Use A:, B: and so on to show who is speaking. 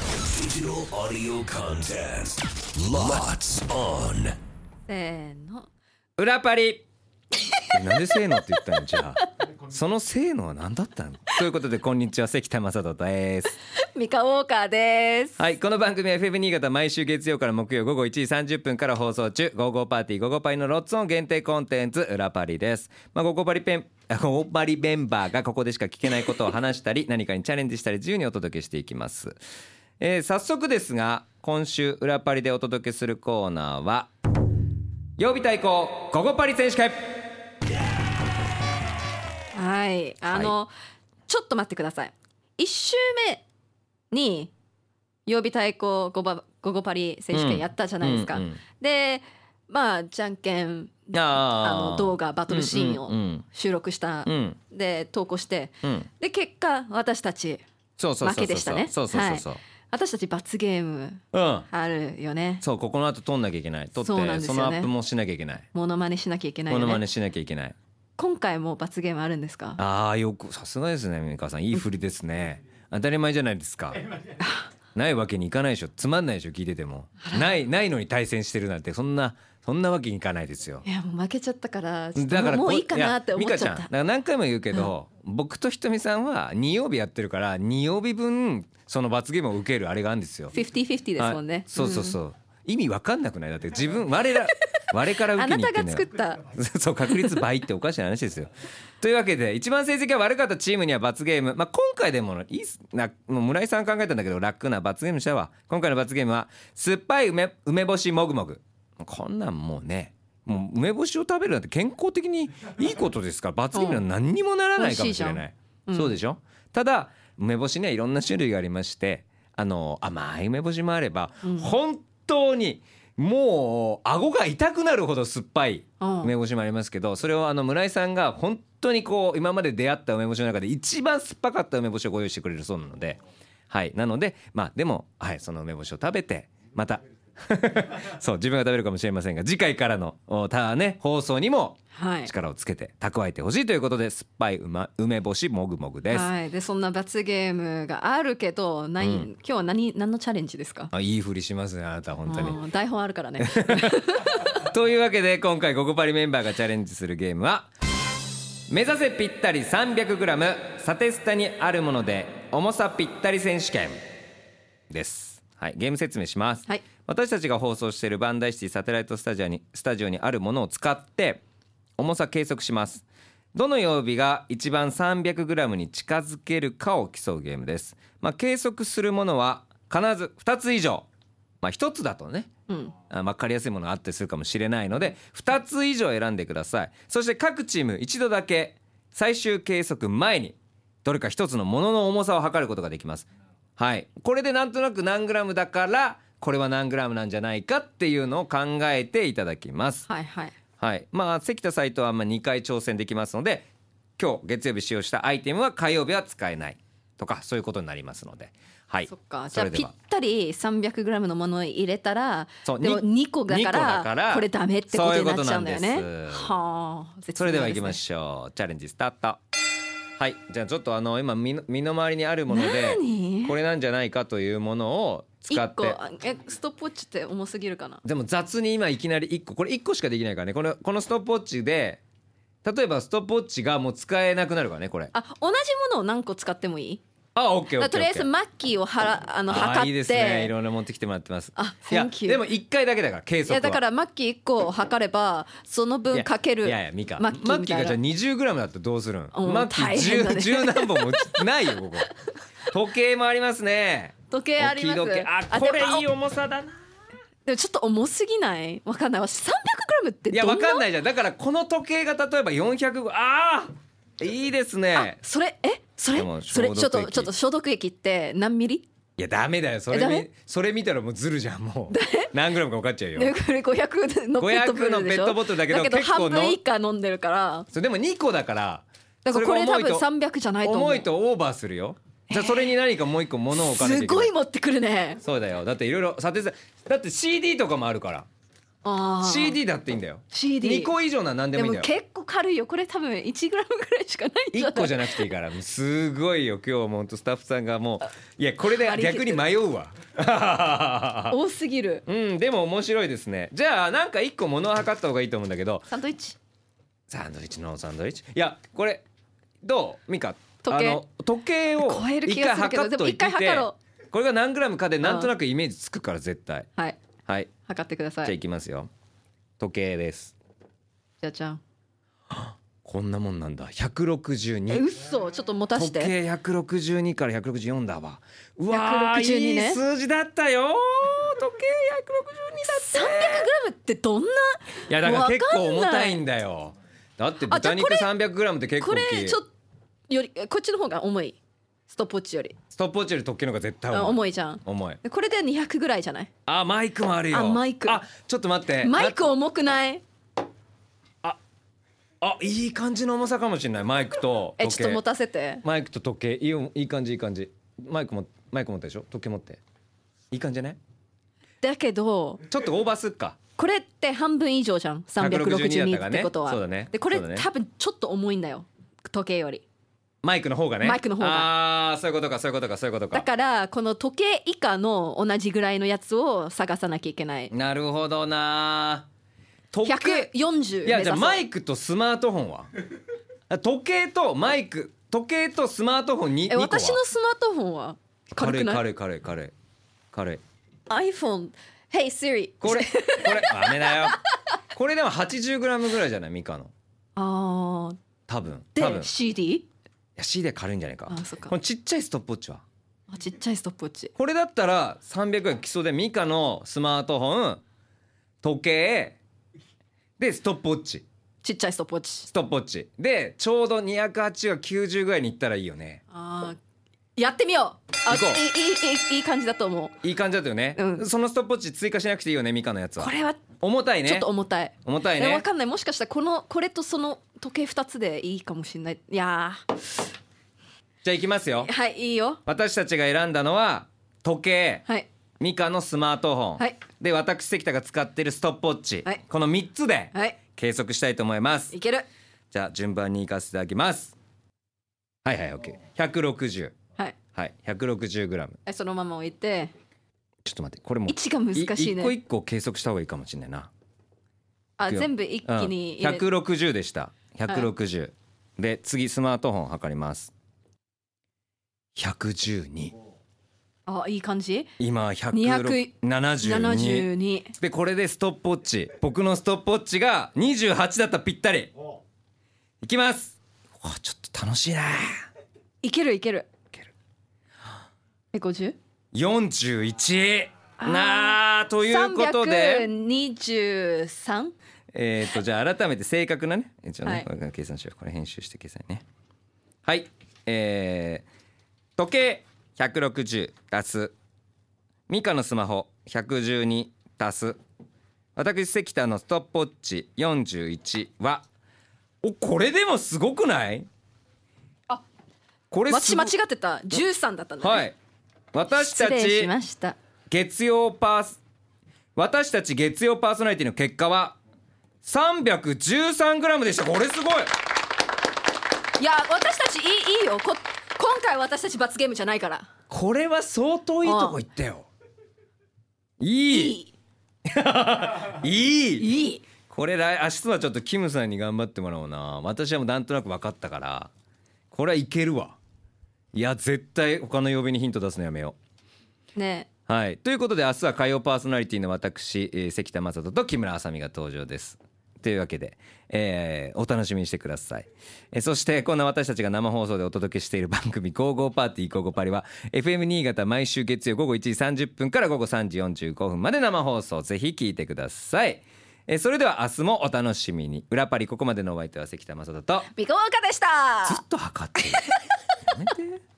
A: Digital audio contest. Lots on.
B: せーの。
C: 裏パリなんでせーのって言ったんじゃあそのせーのは何だったのということでこんにちは関田正人です
B: ミカウォーカーです。
C: はいこの番組は FM 新潟毎週月曜から木曜午後1時30分から放送中「午後パーティー午後パリ」のロッツオン限定コンテンツ「裏パリ」です、まあ、午後パリペン あ午後パリメンバーがここでしか聞けないことを話した り何かにチャレンジしたり自由にお届けしていきます、えー早速ですが今週「裏パリ」でお届けするコーナーは「曜日対抗午後パリ選手会」
B: はい。あの、ちょっと待ってください。一週目に曜日対抗ゴバゴゴパリ選手権やったじゃないですか。
C: うんうん
B: で、まあじゃんけんあ
C: あ
B: の動画バトルシーン
C: う
B: を
C: ん
B: 収録した。
C: うんうん
B: で投稿して
C: うんうん
B: で結果私たち
C: そうそうそうそう
B: 負けでしたね
C: そうそうそうそう、
B: 私たち罰ゲーム
C: うん
B: あるよね
C: そうここの後撮んなきゃいけない撮って
B: そ
C: そ,、
B: うなんですよね
C: のアップもしなきゃいけない
B: モノマネしなきゃいけない
C: モノマ
B: よ
C: ネ
B: ね
C: しなきゃいけない
B: 今回も罰ゲームあるんですか
C: ああよくさすがですね美川さんいい振りですね当たり前じゃないですかないわけにいかないでしょつまんないでしょ聞いててもないないのに対戦してるなんてそんなそんなわけにいかないですよ
B: いやもう負けちゃったからちょっと
C: だから
B: もう
C: こ
B: もういいかなって思っ
C: や
B: ちゃ
C: 美香
B: っ
C: ちゃんだ
B: た
C: から何回も言うけど、僕とひとみさんは2曜日やってるから2曜日分その罰ゲームを受けるあれがあるんですよ
B: 50-50ですもんね
C: あそうそうそう、意味わかんなくないだって自分我ら我から受
B: あ
C: け
B: な
C: に行
B: た
C: ってん
B: が
C: だよ
B: 作った。
C: そう確率倍っておかしな話ですよ。というわけで一番成績が悪かったチームには罰ゲーム、まあ、今回でもいいっすなもう村井さん考えたんだけど楽な罰ゲームしたわ今回の罰ゲームは酸っぱい梅梅干しもぐもぐこんなんもうねもう梅干しを食べるなんて健康的にいいことですから罰ゲームには何にもならないかもしれない。
B: うん
C: そうでしょただ梅干しにはいろんな種類がありましてあの甘い梅干しもあれば、本当にもう顎が痛くなるほど酸っぱい
B: うん
C: 梅干しもありますけどそれをあの村井さんが本当にこう今まで出会った梅干しの中で一番酸っぱかった梅干しをご用意してくれるそうなので、はい、なのでまあでも、はい、その梅干しを食べてまた そう自分が食べるかもしれませんが次回からのおたね放送にも
B: はい。
C: 力をつけて蓄えてほしいということで酸っぱい梅梅干しもぐもぐです。
B: はい。でそんな罰ゲームがあるけど、何、
C: うん
B: 今日は何何のチャレンジですか？
C: あいいふりしますねあなた本当に。
B: うん台本あるから ね。
C: というわけで今回「ゴゴパリ」メンバーがチャレンジするゲームは目指せぴったり 300g サテスタにあるもので重さぴったり選手権です、はい、ゲーム説明します、
B: はい
C: 私たちが放送しているバンダイシティサテライトスタジオにスタジオにあるものを使って重さ計測しますどの曜日が一番 300g に近づけるかを競うゲームです、まあ、計測するものは必ず2つ以上、まあ、1つだとね
B: うん。
C: あ分かりやすいものがあったりするかもしれないので2つ以上選んでくださいそして各チーム一度だけ最終計測前にどれか一つのものの重さを測ることができますはいこれでなんとなく何グラムだからこれは何グラムなんじゃないかっていうのを考えていただきます
B: はいはい。
C: はいまあ関田斎藤はまあ2回挑戦できますので今日月曜日使用したアイテムは火曜日は使えないとかそういうことになりますのではい
B: そっか。じゃあ
C: それ
B: ぴ
C: で
B: っ
C: は
B: たり 300g のものを入れたら、
C: そう
B: でも
C: に
B: 2個だから
C: 二個だから
B: これダメってことになっちゃうんだよ
C: そう
B: ね
C: いうことなん。です
B: はあ。
C: それでは行きま
B: ょ
C: しょうチャレンジスタートはいじゃあちょっとあの今身の身の回りにあるもので
B: 何
C: これなんじゃないかというものを使っ
B: 1個
C: て
B: あえストップウォッチって重すぎるかな。
C: でも雑に今いきなり1個これ1個しかできないからねこのこのストップウォッチで例えばストップウォッチがもう使えなくなるからねこれ
B: あ同じものを何個使ってもいい？
C: あオッケーオ
B: だか
C: ッケーオッケー
B: らとりあえずマッキーをはらあの測っ
C: あ
B: て。
C: いいですねいろいろ持ってきてもらってます
B: あ
C: いや
B: Thank you
C: でも1回だけだから計
B: い
C: 測は
B: やだからマッキー一個を測ればその分かける
C: いやいやミカ
B: マッ
C: マッ
B: キ
C: キ
B: ー
C: ー
B: みたいな
C: がじゃあ20グラムだったらどうするん
B: うん
C: マッキ
B: 大変だ
C: ー
B: ね
C: 十十何本もうちないよここ時計もありますね
B: 時計あります
C: 置き時計あこれいい重さだな
B: でもちょっと重すぎないわかんない私 300g って
C: いや
B: ど
C: わ
B: ん
C: か
B: なん
C: ないじゃんだからこの時計が例えば400ああいいですね
B: それえそれ
C: でも
B: それちょっ
C: 消毒
B: と
C: 液
B: ちょっと消毒液って何ミリ
C: いやダメだよそれ
B: えダメ
C: 見それ見たらもうずるじゃん もう何グラムか分かっちゃう
B: で
C: よ
B: これ500のペットボトルでしょ
C: 500のペットボトルだけど結構
B: 半
C: の
B: 分以下飲んでるから
C: それでも2個だから
B: だからこれ
C: そ
B: 多
C: が重い
B: 分
C: と
B: 300じゃないと思う
C: 重いとオーバーするよじゃあそれに何かもう一個物を置かなきゃ
B: す
C: いけな
B: ご
C: い
B: い持ってくるね
C: そうだよだっていろいろ査定さだって CD とかもあるから
B: あー
C: CD だっていいんだよ
B: CD
C: 2個以上なら何で
B: で
C: もいい
B: も
C: んだよ
B: 結構軽いよこれ多分 1g ぐらいしかないんじゃない
C: 1個じゃなくていいからすごいよ今日も本当スタッフさんがもういやこれで逆に迷うわ
B: 多すぎる
C: うんでも面白いですねじゃあなんか一個物を測った方がいいと思うんだけど
B: サンドイッチ
C: サンドイッチのサンドイッチいやこれどうミカ
B: 時計
C: あの時計を
B: 超える気
C: 一
B: がする
C: 回
B: けど
C: 測っといて
B: でも一回測ろ
C: これが何グラムかでなんとなくイメージつくから絶対
B: はい
C: はい
B: 測ってくだ
C: じゃ
B: さ
C: あ
B: い
C: いきますよ時計です
B: じゃじゃん
C: こんなもんなんだ
B: え
C: 162
B: 嘘ちょっと持たし
C: 時
B: て
C: 計162から164だわうわー
B: 162ね
C: いい数字だったよ時計162
B: 3 0 0
C: だ
B: ムってどんない
C: やだから結構重
B: わかんな
C: た
B: い
C: いんだよだって
B: あじゃ
C: 豚
B: あ
C: 肉 300g って結構
B: こ
C: 大
B: れ
C: きい
B: ちょっとよりこっちの方が重いストップウォッチより
C: ストップウォッチより時計の方が絶対
B: あ
C: 重い
B: 重いじゃん
C: 重い
B: でこれで200ぐらいじゃない
C: あマイクもあるよ
B: あマイク
C: あちょっと待って
B: マイク重くない
C: あいい感じの重さかもしれないマイクと
B: え
C: 時
B: ち
C: 計
B: ょっと持たせて
C: マイクと時計いいよいい感じいい感じマイクもマイク持ったでしょ時計持っていい感じじゃない
B: だけど
C: ちょっとオーバーすっか
B: これって半分以上じゃん362ってことは
C: そうだね
B: でこれ
C: そうだね
B: 多分ちょっと重いんだよ時計より
C: マイクの方がね
B: マイクの方
C: あーそういうことかそういうことかそういうことか
B: だからこの時計以下の同じぐらいのやつを探さなきゃいけない
C: なるほどな時計
B: 140
C: いやじゃあマ
B: イ
C: イクとスマートフォンはあ時計とマイク時計とスマートフォンに
B: え
C: 2個は
B: 私のスマートフォンは軽くない
C: 軽い軽い軽い軽い軽い
B: iPhone Hey Siri
C: これこれ ダメだよこれでも 80g ぐらいじゃないミカの
B: あー
C: 多分多分い
B: で CD
C: や C で軽いんじゃないか
B: あそっか
C: このちっちゃいストップウォッチは
B: あちっちゃいストップウォッチ
C: これだったら300円基礎でミカのスマートフォン時計でストップウォッチ
B: ちっちゃいストップウォッチ
C: ストップウォッチでちょうど208が90ぐらいにいったらいいよね
B: あーやってみようあ
C: 行こう
B: いいいいいいいい感じだと思う
C: いい感じだったよね、
B: うん
C: そのストップウォッチ追加しなくていいよねミカのやつは
B: これは
C: 重たいね
B: ちょっと重たい
C: 重たい
B: えわ
C: ね
B: かんないもしかしたらこのこれとその時計二つでいいかもしれないいや
C: じゃあいきますよ
B: ーはいいいよ
C: 私たちが選んだのは時計
B: はい
C: ミカのスマートフォン、
B: はい
C: で私関田が使ってるストップウォッチ、
B: はい
C: この3つで
B: はい
C: 計測したいと思います
B: いける
C: じゃあ順番にいかせていただきますはいはい OK160
B: はい
C: はい160グラム
B: えそのまま置いて
C: ちょっと待ってこれも
B: 位置が難しい
C: 一個
B: ね
C: 一個計測した方がいいかもしれないな
B: あ
C: いくよ
B: 全部一気に入れる
C: 160でした160、で次スマートフォン測ります112
B: あいい感じ
C: 今172
B: 72
C: でこれでストップウォッチ僕のストップウォッチが28だったぴったりいきますうわちょっと楽しいない
B: けるいけるい
C: ける
B: え50
C: 41
B: あー
C: なあということで
B: 323
C: えっ、とじゃあ改めて正確なね一応ね、
B: はい
C: これ計算しようこれ編集して計算ねはいえー、時計160足すミカのスマホ112足す私関田のストップウォッチ41はおこれでもすごくない
B: あ
C: これ
B: 私
C: すご
B: 間違ってた13だったんだね
C: はい私た
B: 失礼し
C: ち
B: ました
C: 月曜パース私たち月曜パーソナリティの結果は 313g でしたこれすごい
B: いや私たちいいいいよこ今回私たち罰ゲームじゃないから
C: これは相当いいとこ行ったよ
B: い
C: いい
B: い
C: いい
B: いい
C: これ来明日はちょっとキムさんに頑張ってもらおうな私はもうなんとなく分かったからこれはいけるわいや絶対他の曜日にヒント出すのやめよう
B: ねえ
C: はいということで明日は火曜パーソナリティの私、えー関田正人と木村あさみが登場ですというわけで、えーお楽しみにしてください、えーそしてこんな私たちが生放送でお届けしている番組「55パーティー55パリ」は FM 新潟毎週月曜午後1時30分から午後3時45分まで生放送ぜひ聞いてくださいえーそれでは明日もお楽しみに裏パリここまでのお相手は関田正人と
B: 美川岡でした
C: ずっと測ってるやめて